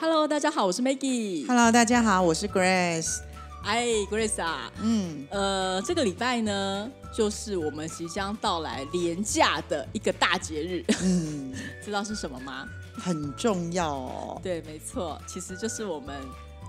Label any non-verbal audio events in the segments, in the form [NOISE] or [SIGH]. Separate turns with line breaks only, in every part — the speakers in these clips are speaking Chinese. Hello，大家好，我是 Maggie。
Hello，大家好，我是 Grace。
哎，Grace 啊，
嗯，
呃，这个礼拜呢，就是我们即将到来廉价的一个大节日，
嗯，
[LAUGHS] 知道是什么吗？
很重要哦。
对，没错，其实就是我们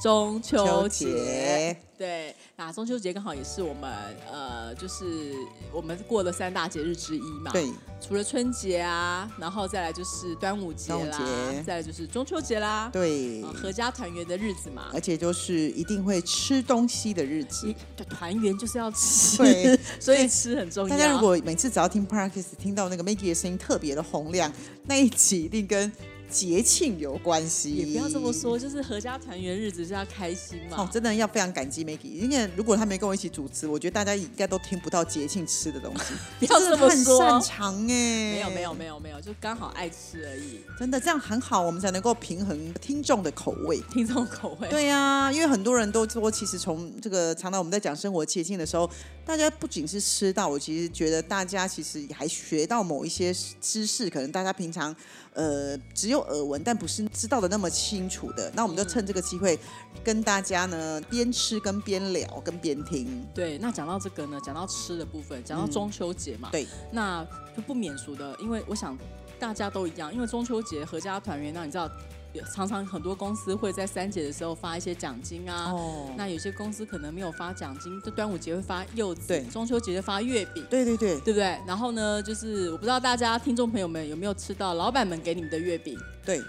中秋
秋
节。
节
对，那中秋节刚好也是我们呃，就是我们过的三大节日之一嘛。
对，
除了春节啊，然后再来就是端午节啦，
端午节
再来就是中秋节啦，
对
呃，合家团圆的日子嘛。
而且就是一定会吃东西的日子。
团圆就是要吃，
对
[LAUGHS] 所以吃很重要。
大家如果每次只要听 Parkes 听到那个 Maggie 的声音特别的洪亮，那一集一定跟节庆有关系。
也不要这么说，就是合家团圆日子就是要开心嘛。
哦，真的要非常感激 Maggie，因为如果他没跟我一起主持，我觉得大家应该都听不到节庆吃的东西。
[LAUGHS] 不要这么
真的
说
他很擅长哎、
没有没有，没有没有，就刚好爱吃而已，
真的这样很好，我们才能够平衡听众的口味。
听众口味。
对呀、因为很多人都说，其实从这个常常我们在讲生活节庆的时候，大家不仅是吃到，我其实觉得大家其实也还学到某一些知识，可能大家平常呃只有耳闻，但不是知道的那么清楚的。那我们就趁这个机会跟大家呢边吃跟边聊跟边听。
对那讲到这个呢，讲到吃的部分，讲到中秋节嘛，
对，
那就不免俗的，因为我想大家都一样，因为中秋节合家团圆，那你知道，有常常很多公司会在三节的时候发一些奖金啊。
哦
那有些公司可能没有发奖金，就端午节会发柚子，
对
中秋节就发月饼，
对对对
对不对？然后呢，就是我不知道大家听众朋友们有没有吃到老板们给你们的月饼。
对，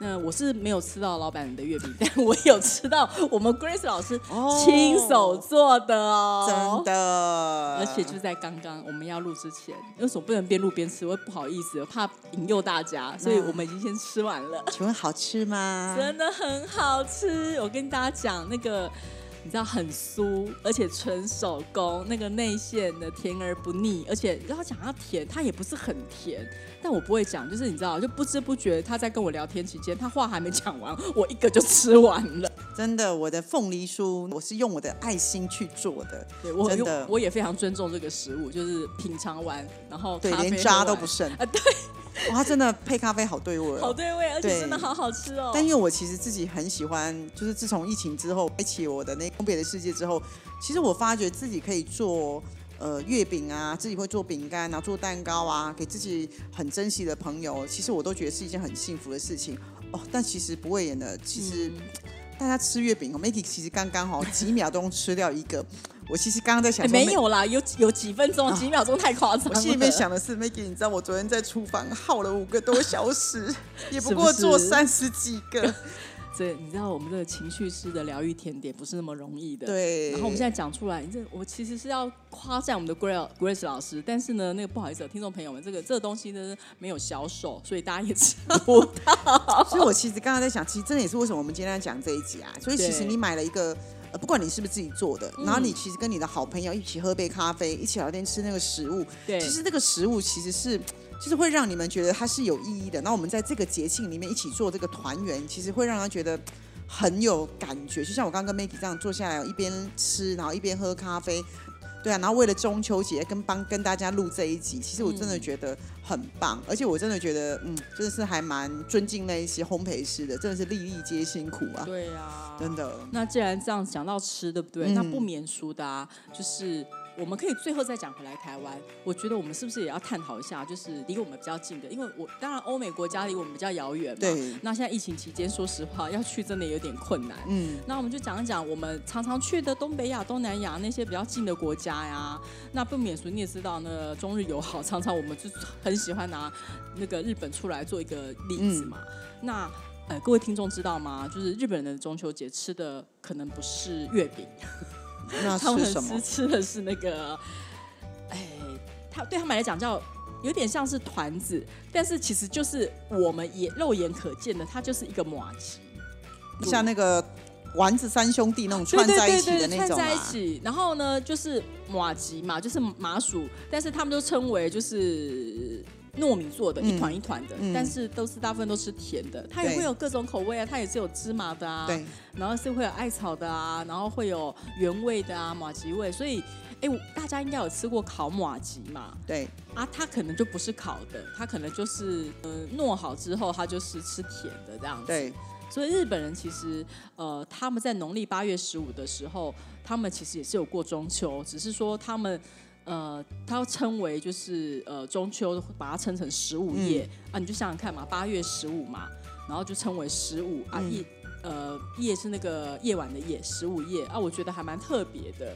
那我是没有吃到老板的月饼， [LAUGHS] 但我有吃到我们 Grace 老师
哦
亲手做的哦
真。的，
而且就在刚刚我们要录之前，因为总不能边录边吃，我会不好意思，我怕引诱大家，所以我们已经先吃完了，
请问好吃吗？
真的很好吃。我跟大家讲，那个你知道很酥，而且纯手工，那个内馅的甜而不腻，而且要讲它甜，它也不是很甜，但我不会讲，就是你知道，就不知不觉他在跟我聊天期间，他话还没讲完，我一个就吃完了。
真的，我的凤梨酥我是用我的爱心去做的，
[LAUGHS] 对我
真的
我也非常尊重这个食物，就是品尝完，然后
对，
咖啡
连
喝
渣
完
都不剩。
啊，对，
哇，它真的配咖啡好对味
好
哦。
对味，而
对
且真的好好吃哦。
但因为我其实自己很喜欢，就是自从疫情之后，开启我的那个东北的世界之后，其实我发觉自己可以做呃月饼啊，自己会做饼干啊，做蛋糕啊，给自己很珍惜的朋友，其实我都觉得是一件很幸福的事情哦。但其实不会演的，其实、
嗯
大家吃月饼哦，Maggie 其实刚刚好几秒钟吃掉一个，我其实刚刚在想
哎
说
没啊有啦，有有几分钟、几秒钟太夸张
我
了。
心里面想的是，Maggie，你知道我昨天在厨房耗了五个多小时，也不
是不
过做
是
三十几个。
这你知道，我们这个情绪式的疗愈甜点不是那么容易
[LAUGHS]
的。。
对，
然后我们现在讲出来，你这我其实是要夸赞我们的 Grace Grace 老师，但是呢，那个不好意思，听众朋友们，这个这个东西呢没有销售，所以大家也吃
[LAUGHS]
不到。
所以我其实刚刚在想，其实真的也是为什么我们今天要讲这一集啊。所以其实
对
你买了一个，呃，不管你是不是自己做的，
嗯
然后你其实跟你的好朋友一起喝杯咖啡，一起聊天吃那个食物，
对，
其实那个食物其实是。就是会让你们觉得它是有意义的。那我们在这个节庆里面一起做这个团圆，其实会让他觉得很有感觉。就像我刚刚跟 Maggie 这样坐下来，一边吃，然后一边喝咖啡，对啊。然后为了中秋节跟帮跟大家录这一集，其实我真的觉得很棒，而且我真的觉得，嗯，真的是还蛮尊敬那一些烘焙师的，真的是粒粒皆辛苦啊，
对啊，
真的。
那既然这样讲到吃，对不对？
嗯
那不免俗的啊，就是我们可以最后再讲回来台湾。我觉得我们是不是也要探讨一下，就是离我们比较近的，因为我当然欧美国家离我们比较遥远嘛。
对
那现在疫情期间，说实话要去真的有点困难。
嗯，
那我们就讲一讲我们常常去的东北亚、东南亚那些比较近的国家呀。那不免俗，你也知道，那个中日友好，常常我们就很喜欢拿那个日本出来做一个例子嘛。
嗯
那呃，各位听众知道吗？就是日本人的中秋节吃的可能不是月饼，
那
他们
吃什么
吃？吃的是那个，哎，他对他们来讲叫有点像是团子，但是其实就是我们也肉眼可见的，它就是一个麻吉，
像那个丸子三兄弟那种串在一起的那
串
种
在一
啊。
起。然后呢，就是马吉嘛，就是麻薯，但是他们都称为就是糯米做的，
嗯
一团一团的，
嗯
但是都是大部分都是甜的。它也
对
会有各种口味啊，它也是有芝麻的啊，
对，
然后是会有艾草的啊，然后会有原味的啊，马吉味。所以，哎，我大家应该有吃过烤马吉嘛？
对，
啊，它可能就不是烤的，它可能就是嗯、呃糯好之后，它就是吃甜的这样子。
对，
所以日本人其实，呃，他们在农历八月十五的时候，他们其实也是有过中秋，只是说他们，呃，他称为就是呃中秋，把它称成十五夜、
嗯
啊，你就想想看嘛，八月十五嘛，然后就称为十五啊
嗯
夜，呃夜是那个夜晚的夜，十五夜啊，我觉得还蛮特别的。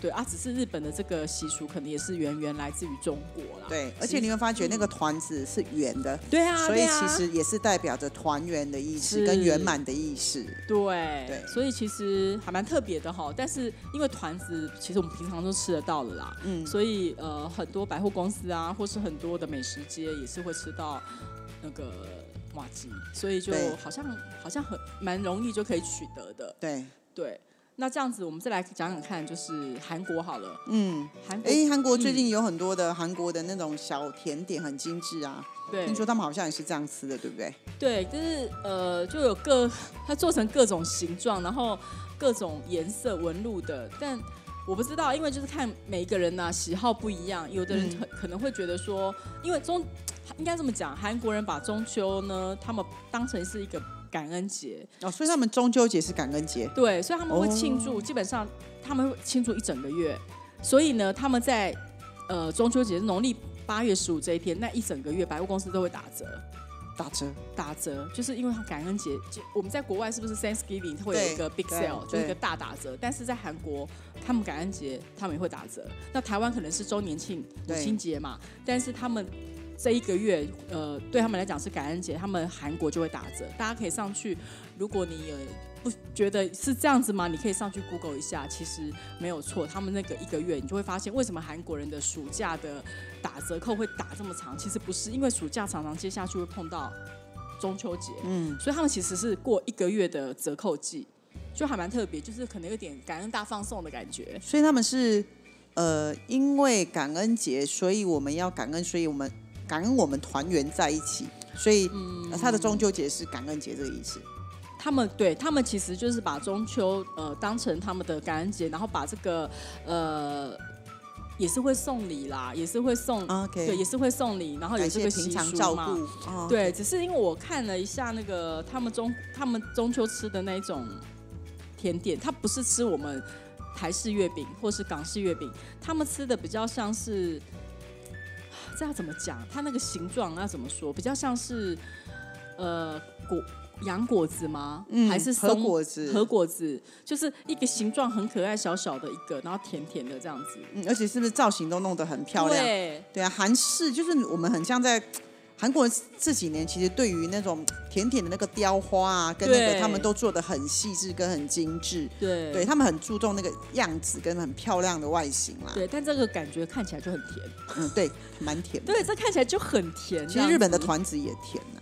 对啊，只是日本的这个习俗可能也是源源来自于中国啦。
对，而且你会发觉那个团子是圆的，
对嗯啊，
所以
对啊
其实也是代表着团圆的意
是
思跟圆满的意思。
对，
对
所以其实还蛮特别的哈。但是因为团子其实我们平常都吃得到了啦，
嗯，
所以呃很多百货公司啊，或是很多的美食街也是会吃到那个马吉，所以就
对
好像好像很蛮容易就可以取得的。
对，
对，那这样子我们再来讲讲看，就是韩国好了，
嗯，
韩国、
哎，韩国
嗯
最近有很多的韩国的那种小甜点很精致啊，
对
听说他们好像也是这样吃的，对不对？
对，就是呃，就有各 [LAUGHS] 它做成各种形状，然后各种颜色纹路的，但我不知道，因为就是看每一个人呐、喜好不一样，有的人
嗯
可可能会觉得说，因为中应该这么讲，韩国人把中秋呢，他们当成是一个感恩节，
哦，所以他们中秋节是感恩节，
对，所以他们会
哦
庆祝，基本上他们会庆祝一整个月，所以呢，他们在呃中秋节农历八月十五这一天，那一整个月百货公司都会打折。
打折。
打折，就是因为它感恩节，就我们在国外是不是 Thanksgiving 会有一个 big
对
sale，就是一个
对
大打折？但是在韩国，他们感恩节他们也会打折。那台湾可能是周年庆、母
对
亲节嘛，但是他们这一个月，呃，对他们来讲是感恩节，他们韩国就会打折。大家可以上去，如果你有不觉得是这样子吗？你可以上去 Google 一下，其实没有错，他们那个一个月，你就会发现为什么韩国人的暑假的打折扣会打这么长。其实不是，因为暑假常常接下去会碰到中秋节，
嗯，
所以他们其实是过一个月的折扣季，就还蛮特别，就是可能有点感恩大放送的感觉。
所以他们是呃，因为感恩节，所以我们要感恩，所以我们感恩我们团圆在一起，所以、
嗯
呃他的中秋节是感恩节这个意思。
他们对他们其实就是把中秋呃当成他们的感恩节，然后把这个呃也是会送礼啦，也是会送。
OK，
对，也是会送礼，然后哦有
嗯感
这
谢
个习
平常
俗
照
嘛。
顾。哦，
对，只是因为我看了一下那个他们中他们中秋吃的那一种甜点，它不是吃我们台式月饼或是港式月饼，他们吃的比较像是，这要怎么讲？它那个形状要怎么说？比较像是呃果洋果子吗？
嗯
还是
和
松
果子，
和果子？就是一个形状很可爱、小小的一个，然后甜甜的这样子，
嗯，而且是不是造型都弄得很漂亮？
对。
对啊，韩式就是我们很像在韩国人这几年，其实对于那种甜点的那个雕花啊，跟那
对
个他们都做的很细致跟很精致，
对
对他们很注重那个样子跟很漂亮的外形啦。
对，但这个感觉看起来就很甜。
嗯，对，蛮甜的。
对，这看起来就很甜。
其
这
实
样
日本的
子嗯
团子也甜啊，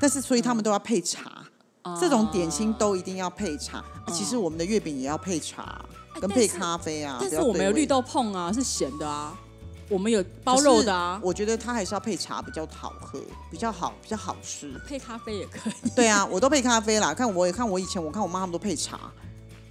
但是所以他们都要配茶，
哦
这种点心都一定要配茶。啊其实我们的月饼也要配茶，
嗯哎
跟
但
配
是
咖啡啊。
但
比
是
较
我们
对
有绿
味
豆碰啊，是咸的啊，我们有包
可是
肉的啊，
我觉得它还是要配茶比较好喝，比较好，比较好吃。
配咖啡也可以。
对啊，我 [LAUGHS] 都配咖啡啦。看我也看我以前，我看我妈他们都配茶，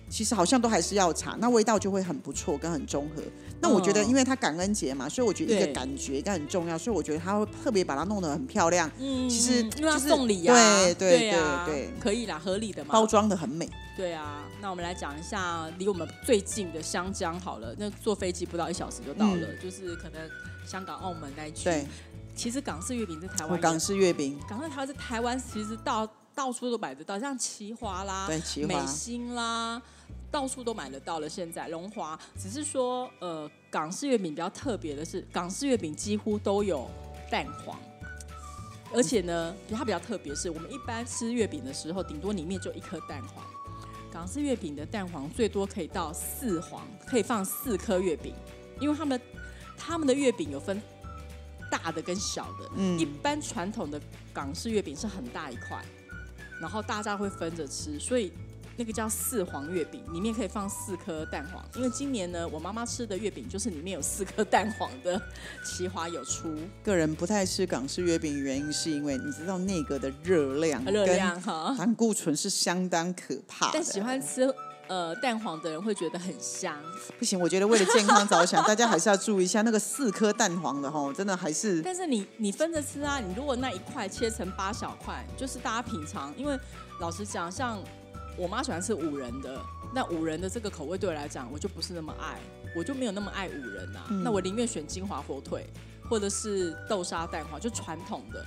其实好像都还是要茶，那味道就会很不错，跟很中和。那我觉得，
嗯
因为它感恩节嘛，所以我觉得一
对
个感觉应该很重要，所以我觉得他会特别把它弄得很漂亮，
嗯
其实
因为它
就是
送礼啊，
对对
啊
对对
可以啦，合理的嘛。
包装的很美。
对啊，那我们来讲一下离我们最近的香江好了，那坐飞机不到一小时就到了，就是可能香港、澳门那一区。
嗯对，，
其实港式月饼在台
我
湾也，
港式月饼，
港式台湾在台湾其实到到处都买得到，像奇华啦，
对，奇
美
华，
心啦，到处都买得到了。现在龙华只是说，呃，港式月饼比较特别的是，港式月饼几乎都有蛋黄，而且呢，它比较特别是，我们一般吃月饼的时候，顶多里面就一颗蛋黄。港式月饼的蛋黄最多可以到四黄，可以放四颗月饼，因为他们的他们的月饼有分大的跟小的。
嗯
一般传统的港式月饼是很大一块，然后大家会分着吃，所以那个叫四黄月饼，里面可以放四颗蛋黄。因为今年呢，我妈妈吃的月饼就是里面有四颗蛋黄的，奇华有出
个人不太吃港式月饼，原因是因为你知道那个的热量
热量
跟
哈，
胆固醇是相当可怕的。
但喜欢吃呃蛋黄的人会觉得很香。
不行，我觉得为了健康着想，大家还是要注意一下那个四颗蛋黄的哈，真的还是
但是你你分着吃啊，你如果那一块切成八小块，就是大家品尝。因为老实讲，像我妈喜欢吃五仁的，那五仁的这个口味对我来讲，我就不是那么爱，我就没有那么爱五仁啊。
嗯
那我宁愿选金华火腿或者是豆沙蛋黄，就传统的。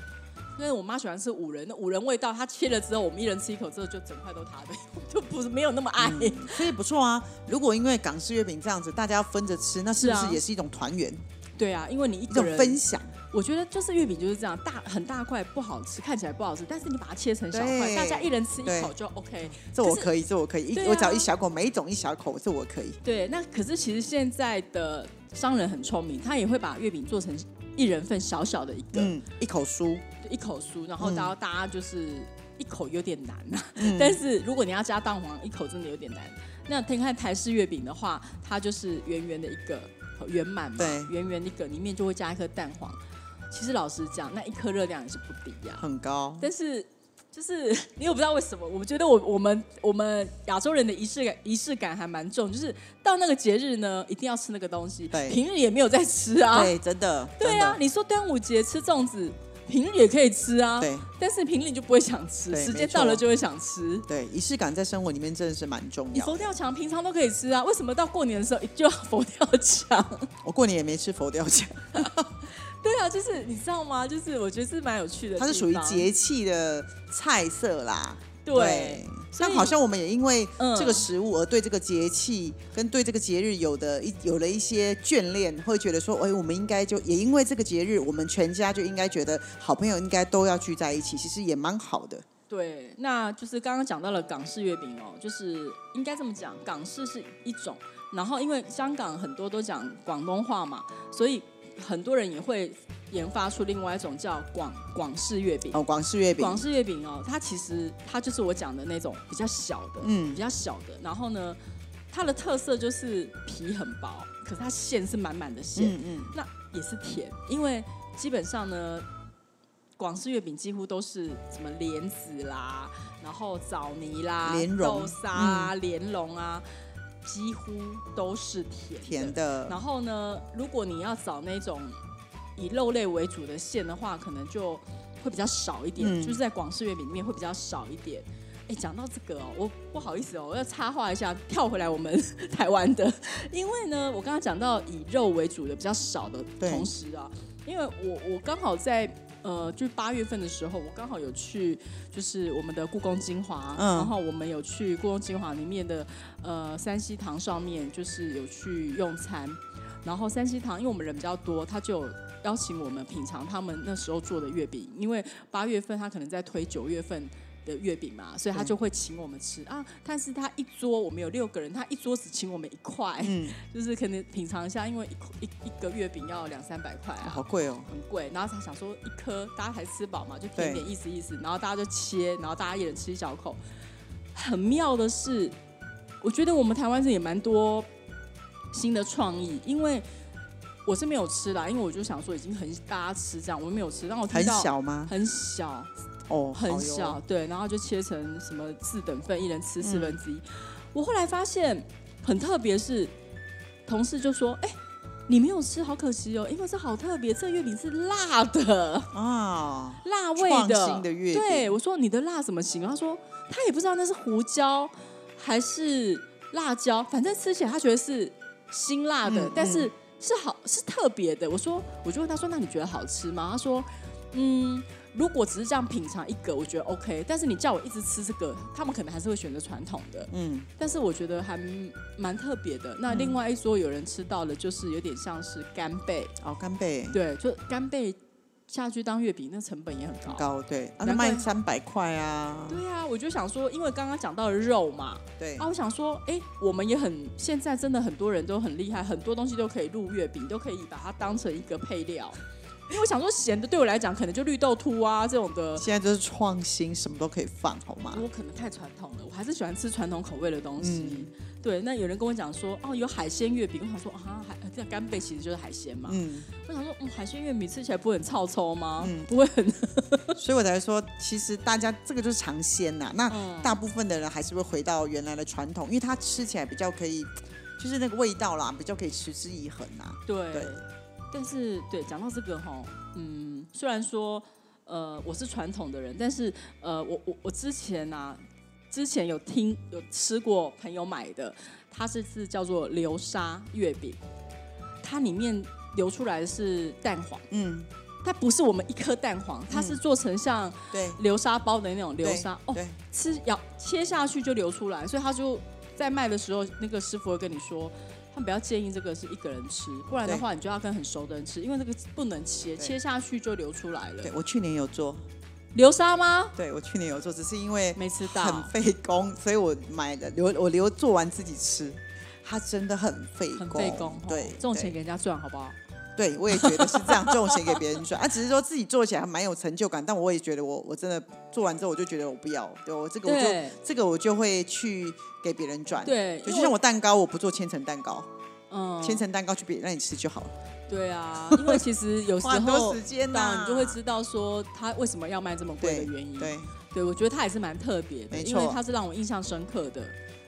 因为我妈喜欢吃五仁，那五仁味道，她切了之后，我们一人吃一口之后，就整块都她的，我就不是没有那么爱。
所以不错啊。如果因为港式月饼这样子，大家要分着吃，那是不
是
是
啊
也是一种团圆、
对啊，因为你一
一
个
种
人
分享？
我觉得就是月饼就是这样，大很大块不好吃，看起来不好吃，但是你把它切成小块，
对
大家一人吃一口
对
就 OK。
这我可以，这我可以，一
对啊
我找一小口，每一种一小口，这我可以。
对，那可是其实现在的商人很聪明，他也会把月饼做成一人份小小的一个，
嗯，一口酥，
就一口酥，然后
嗯
然后大家就是一口有点难啊。但是如果你要加蛋黄，一口真的有点难。那你看台式月饼的话，它就是圆圆的一个圆满嘛
对，
圆圆一个里面就会加一颗蛋黄。其实老实讲，那一颗热量也是不低啊呀、
很高。
但是就是 [LAUGHS] 你又不知道为什么，我觉得我我们我们亚洲人的仪式感仪式感还蛮重，就是到那个节日呢，一定要吃那个东西，
对
平日也没有在吃啊。
对，真的，
对啊，
真
你说端午节吃粽子，平日也可以吃啊
的，，对
但是平日你就不会想吃，
对
时间
没错
到了就会想吃。
对，仪式感在生活里面真的是蛮重
你
要的。
佛跳墙平常都可以吃啊，为什么到过年的时候就要佛跳墙？ [LAUGHS]
我过年也没吃佛跳墙，
对啊，就是你知道吗？就是我觉得是蛮有趣的地
它
方，
是属于节气的菜色啦。
对，，所以
但好像我们也因为
嗯
这个食物而对这个节气跟对这个节日有的一有了一些眷恋，会觉得说，哎，我们应该就也因为这个节日，我们全家就应该觉得好朋友应该都要聚在一起，其实也蛮好的。
对，那就是刚刚讲到了港式月饼哦，就是应该这么讲，港式是一种，然后因为香港很多都讲广东话嘛，所以很多人也会研发出另外一种叫广广式月饼。
哦，广式月饼
广，式月饼哦，它其实它就是我讲的那种比较小的，比
嗯，
较小的，然后呢，它的特色就是皮很薄，可是它馅是满满的馅，
嗯嗯，
那也是甜，因为基本上呢，广式月饼几乎都是什么莲子啦，然后枣泥啦、
莲蓉嗯
豆沙啊、莲蓉啊，几乎都是甜的
甜。的，
然后呢，如果你要找那种以肉类为主的馅的话，可能就会比较少一点，
嗯
就是在广式月饼里面会比较少一点。哎，讲到这个哦，我不好意思哦，我要插话一下，跳回来我们 [LAUGHS] 台湾的，因为呢，我刚刚讲到以肉为主的比较少的
对
同时啊，因为我我刚好在呃，就八月份的时候，我刚好有去就是我们的故宫精华，
嗯
然后我们有去故宫精华里面的呃三希堂上面，就是有去用餐。然后三希堂，因为我们人比较多，他就有邀请我们品尝他们那时候做的月饼，因为八月份他可能在推九月份的月饼嘛，所以他
对
就会请我们吃啊。但是他一桌我们有六个人，他一桌只请我们一块，
嗯，
就是可能品尝一下，因为一块一一个月饼要两三百块啊，
好贵哦，
很贵，然后才想说一颗大家才吃饱嘛，就甜点意思意思，然后大家就切，然后大家一人吃一小口。很妙的是，我觉得我们台湾人也蛮多新的创意，因为我是没有吃啦，因为我就想说已经很大家吃这样，我没有吃，让我听
很
到
小吗？
很小
哦，好
很
哟
小，，对，然后就切成什么四等份，一人吃四分之一。我后来发现很特别，是同事就说：“哎、你没有吃，好可惜哦，因为这好特别，这月饼是辣的，
啊，
辣味
创新的月饼
对，我说：“你的辣怎么形容？”他说：“他也不知道那是胡椒还是辣椒，反正吃起来他觉得是辛辣的，
嗯
但是是好是特别的。”我说：“我就问他说，那你觉得好吃吗？”他说：“嗯。”如果只是这样品尝一个，我觉得 OK。但是你叫我一直吃这个，他们可能还是会选择传统的。
嗯，
但是我觉得还蛮特别的。那另外一桌有人吃到的，就是有点像是干贝，
哦，干贝
对，就干贝下去当月饼，那成本也很高。
很高，对，啊，那
难怪
卖三百块啊，
对啊，我就想说，因为刚刚讲到了肉嘛，
对
啊，，我想说，哎、我们也很现 [LAUGHS] 在真的很多人都很厉害，很多东西都可以入月饼，都可以把它当成一个配料。因为我想说咸的对我来讲可能就绿豆兔啊这种的，
现在就是创新，什么都可以放，好吗？
我可能太传统了，我还是喜欢吃传统口味的东西。
嗯
对，那有人跟我讲说，哦，有海鲜月饼，我想说啊，海这干贝其实就是海鲜嘛。
嗯，
我想说，嗯，海鲜月饼吃起来不会很臭臭吗？不会很，
所以我才说，其实大家这个就是尝鲜呐。那
嗯
大部分的人还是会回到原来的传统，因为它吃起来比较可以，就是那个味道啦，比较可以持之以恒呐。
对。
对
但是对，讲到这个哈，嗯，虽然说呃我是传统的人，但是呃我我我之前啊，之前有听有吃过朋友买的，它是是叫做流沙月饼，它里面流出来的是蛋黄，
嗯，
它不是我们一颗蛋黄，它是做成像
对，
流沙包的那种流
嗯对
沙哦，
对，
吃咬切下去就流出来，所以他就在卖的时候，那个师傅会跟你说，他们不要建议这个是一个人吃，不然的
对
话你就要跟很熟的人吃，因为这个不能切，
对
切下去就流出来了
对。我去年有做，
流沙吗？
对我去年有做，只是因为
没吃
很
到，
费工，所以我买的留我留做完自己吃，它真的很费
很
工，
费工。
对
哦，这种
对
钱给人家赚好不好？
对，我也觉得是这样，这种钱给别人赚啊，只是说自己做起来还蛮有成就感，但我也觉得我我真的做完之后，我就觉得我不要，对我这个我就
对
这个我就会去给别人赚，，
对，
就
因为
像我蛋糕，我不做千层蛋糕，
嗯
千层蛋糕去别人那里吃就好了，
对啊，因为其实有时
花很多
候
时。间呐、
当你就会知道说他为什么要卖这么贵的
对
原因。
对，
对，我觉得它也是蛮特别的，
没
因为
错
它是让我印象深刻的。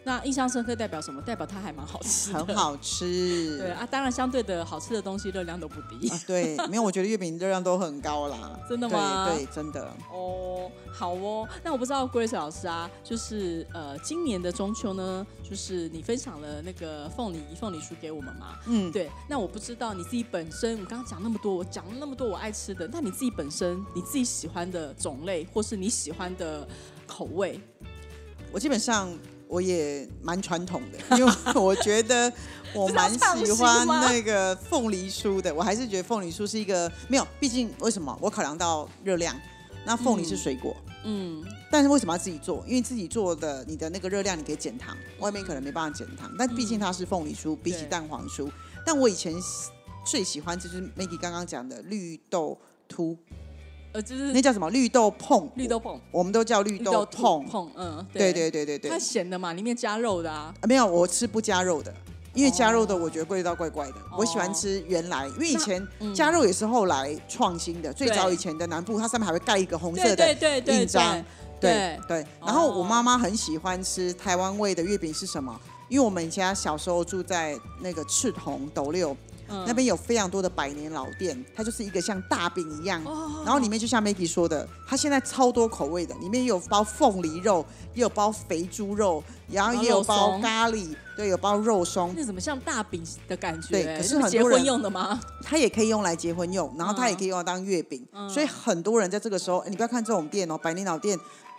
那印象深刻代表什么？代表它还蛮好吃的。
很好吃，
对啊，当然相对的好吃的东西热量都不低。 [LAUGHS]
啊，对，没有，我觉得月饼热量都很高啦。
真的吗
对对，真的。
哦，好哦，那我不知道 Grace 老师啊，就是呃，今年的中秋呢，就是你分享了那个凤梨凤梨酥给我们嘛？
嗯，
对，那我不知道你自己本身，我刚刚讲那么多，我讲了那么多我爱吃的，那你自己本身你自己喜欢的种类，或是你喜欢的口味，
我基本上我也蛮传统的，因
[LAUGHS]
为我觉得我蛮喜欢那个凤梨酥的。我还是觉得凤梨酥是一个没有，毕竟为什么我考量到热量，那凤梨是水果。
嗯，
但是为什么要自己做？因为自己做的，你的那个热量你可以减糖，外面可能没办法减糖。但毕竟它是凤梨酥，比起
嗯对
蛋黄酥，但我以前最喜欢就是 Maggie 刚刚讲的绿豆凸，
呃，就是
那叫什么绿豆碰？
绿豆碰，
我们都叫绿豆
兔
碰。
碰，嗯，
对对对对对，
它咸的嘛，里面加肉的啊，
啊没有，我吃不加肉的，因为加肉的
哦
我觉得味道怪怪的。我喜欢吃原来，因为以前
嗯
加肉也是后来创新的，最
对
早以前的南部它上面还会盖一个红
对
色的。
对对对
印章
对对
对，
哦
然后我妈妈很喜欢吃台湾味的月饼是什么？因为我们家小时候住在那个赤铜斗六
嗯
那边有非常多的百年老店，它就是一个像大饼一样，
哦
然后里面就像 Maggie 说的，它现在超多口味的，里面有包凤梨肉，也有包肥猪肉，然后也有
肉
包
松
咖喱，对，有包肉松，
那怎么像大饼的感觉？
对可是
那不
很
结
多
婚
人
用的吗？
它也可以用来结婚用，然后它也可以用来当月饼，嗯所以很多人在这个时候，诶你不要看这种店哦，百年老店，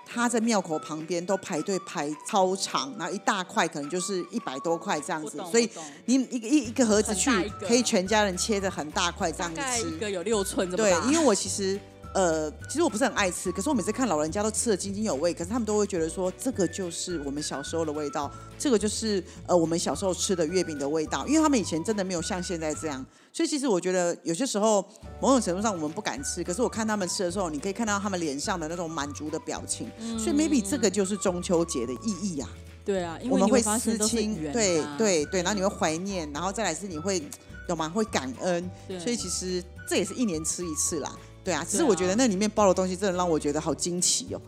它在庙口旁边都排队排超长，然后一大块可能就是一百多块这样
我
子
懂，
所以
我懂
你一个一一个盒子去
很大一，个
可以全家人切的很大块这
大
样子
概一
吃。
个有六寸这么
对 [LAUGHS] 因
大，，
为我其实呃，其实我不是很爱吃，可是我每次看老人家都吃的津津有味，可是他们都会觉得说，这个就是呃我们小时候的味道，这个就是呃我们小时候吃的月饼的味道，因为他们以前真的没有像现在这样，所以其实我觉得有些时候某种程度上我们不敢吃，可是我看他们吃的时候，你可以看到他们脸上的那种满足的表情，所以 maybe 这个就是中秋节的意义啊。
对啊，因
我
为
们
你
会
发
思
现都是
亲，
圆的
对
啊
对对，然后你会怀念，然后再来是你会懂吗？会感恩，
对
所以其实这也是一年吃一次啦。对啊，只是
对啊
我觉得那里面包的东西真的让我觉得好惊奇哦。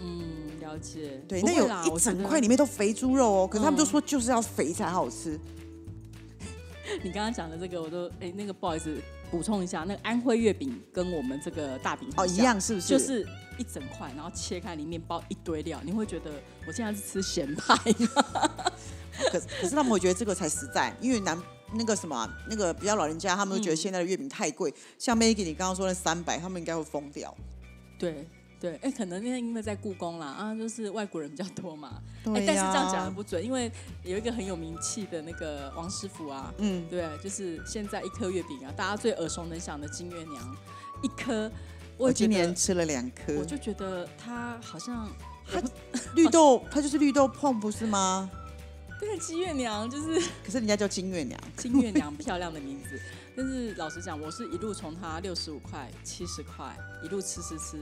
嗯了解，
对，
不
那
会
有
啦
一
我
整
觉得
块里面都肥猪肉哦，可是他们
嗯
就说就是要肥才好吃。
你刚刚讲的这个，我都哎那个不好意思补充一下，那个安徽月饼跟我们这个大饼很
哦，一
像，
样是不是？
就是一整块，然后切开里面包一堆料，你会觉得我现在是吃咸派 [LAUGHS] 吗？
可是可是他们会觉得这个才实在，因为南那个什么啊那个比较老人家，他们都
嗯
觉得现在的月饼太贵，像 Maggie 你刚刚说那三百，他们应该会疯掉。
对。对，哎，可能那因为在故宫啦，啊，就是外国人比较多嘛，哎，
对啊
但是
呀
这样讲的不准，因为有一个很有名气的那个王师傅啊，
嗯，
对，就是现在一颗月饼啊，大家最耳熟能详的金月娘，一颗，我
我
也觉
今
得
年吃了两颗，
我就觉哦得它好像，
绿豆，它就是绿豆碰不是吗？
但是金月娘就是 [LAUGHS]
可是人家叫金月娘，
金月娘漂亮的名字，但是老实讲，我是一路从它六十五块、七十块一路吃吃吃，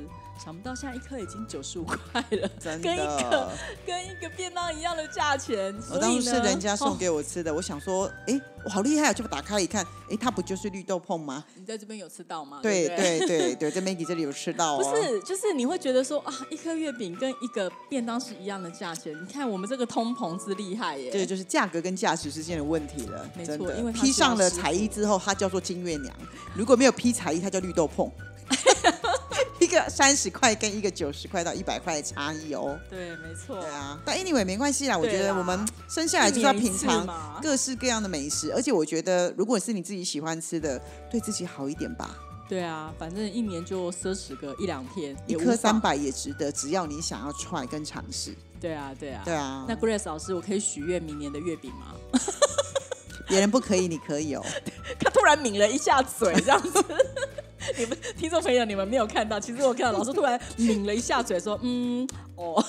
想不到现在一颗已经九十五块了， [LAUGHS]
真
跟一个
的。
跟一个便当一样的价钱。
我
所
当
以
初
呢，
是人家送
哦
给我吃的，我想说，哎，我好厉害啊！就打开一看，哎，它不就是绿豆碰吗？
你在这边有吃到吗？
对
不
对对对，在 Maggie 这里有吃到哦。
哦不是，就是你会觉得说啊，一颗月饼跟一个便当是一样的价钱。你看我们这个通膨之厉害耶！
这个就是价格跟价值之间的问题了，
没错
真的。
因为它是
披上了
要吃
彩衣之后，它叫做金月
[LAUGHS]
娘；如果没有披彩衣，它叫绿豆碰。 [LAUGHS] 一个三十块跟一个九十块到一百块的差异哦。
对，没错
对，啊，但 anyway 没关系啦，我觉
对
得
啦
我们生下来就是要
一年
品
一次
尝
嘛
各式各样的美食，而且我觉得如果是你自己喜欢吃的，对自己好一点吧，
对啊，反正一年就奢侈个一两天，
一
也无
颗
妨
三。百也值得，只要你想要 try 跟尝试。
对啊，对啊，
对啊
那，Grace 老师，我可以许愿明年的月饼吗？
别人不可以，你可以哦。
[LAUGHS]
[LAUGHS]
他突然抿了一下嘴，这样子。 [LAUGHS] 你们听众朋友，你们没有看到，其实我看到老师突然抿了一下嘴， [LAUGHS] 说：“嗯，哦，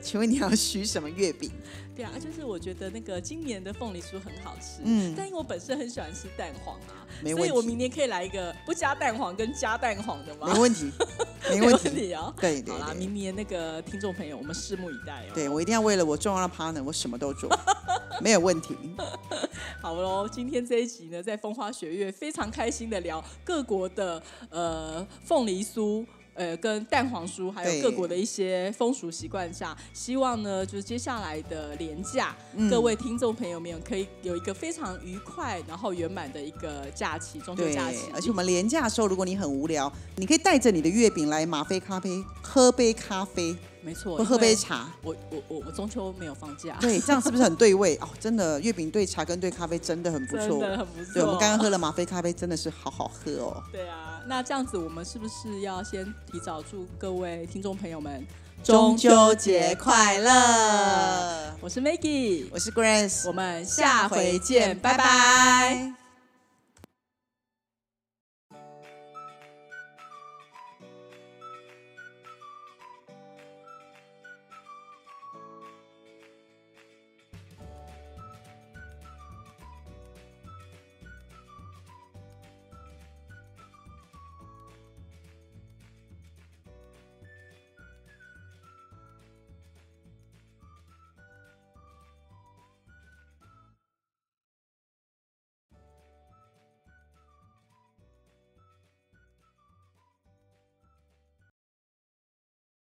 请问你要许什么月饼？
对啊，就是我觉得那个今年的凤梨酥很好吃，
嗯
但因为我本身很喜欢吃蛋黄啊，
没
所以
问
我
题
明年可以来一个不加蛋黄跟加蛋黄的吗？
没问题，没
没
问
问
题。
题啊。
对对
好啦，
对
明，年那个听众朋友，我们拭目以待哦。
对我一定要为了我重要的 partner，我什么都做，没有问题。
好喽，今天这一集呢，在风花雪月非常开心的聊各国的呃凤梨酥。呃，跟蛋黄酥，还
对
有各国的一些风俗习惯下，希望呢，就是接下来的廉假，
嗯
各位听众朋友们可以有一个非常愉快，然后圆满的一个假期，中秋
对
假期，。
而且我们廉价的时候，如果你很无聊，你可以带着你的月饼来马菲咖啡喝杯咖啡
没错，
或喝杯
因为
茶。
我我我我中秋没有放假，
对，这样是不是很对味哦？真的，月饼对茶跟对咖啡真的很不
真
错。
的很不错。
对，我们刚刚喝了马菲咖啡，真的是好好喝哦。
对啊，那这样子，我们是不是要先提早祝各位听众朋友们
中秋节快乐！
我是 Maggie，
我是 Grace，
我们下回见，拜拜。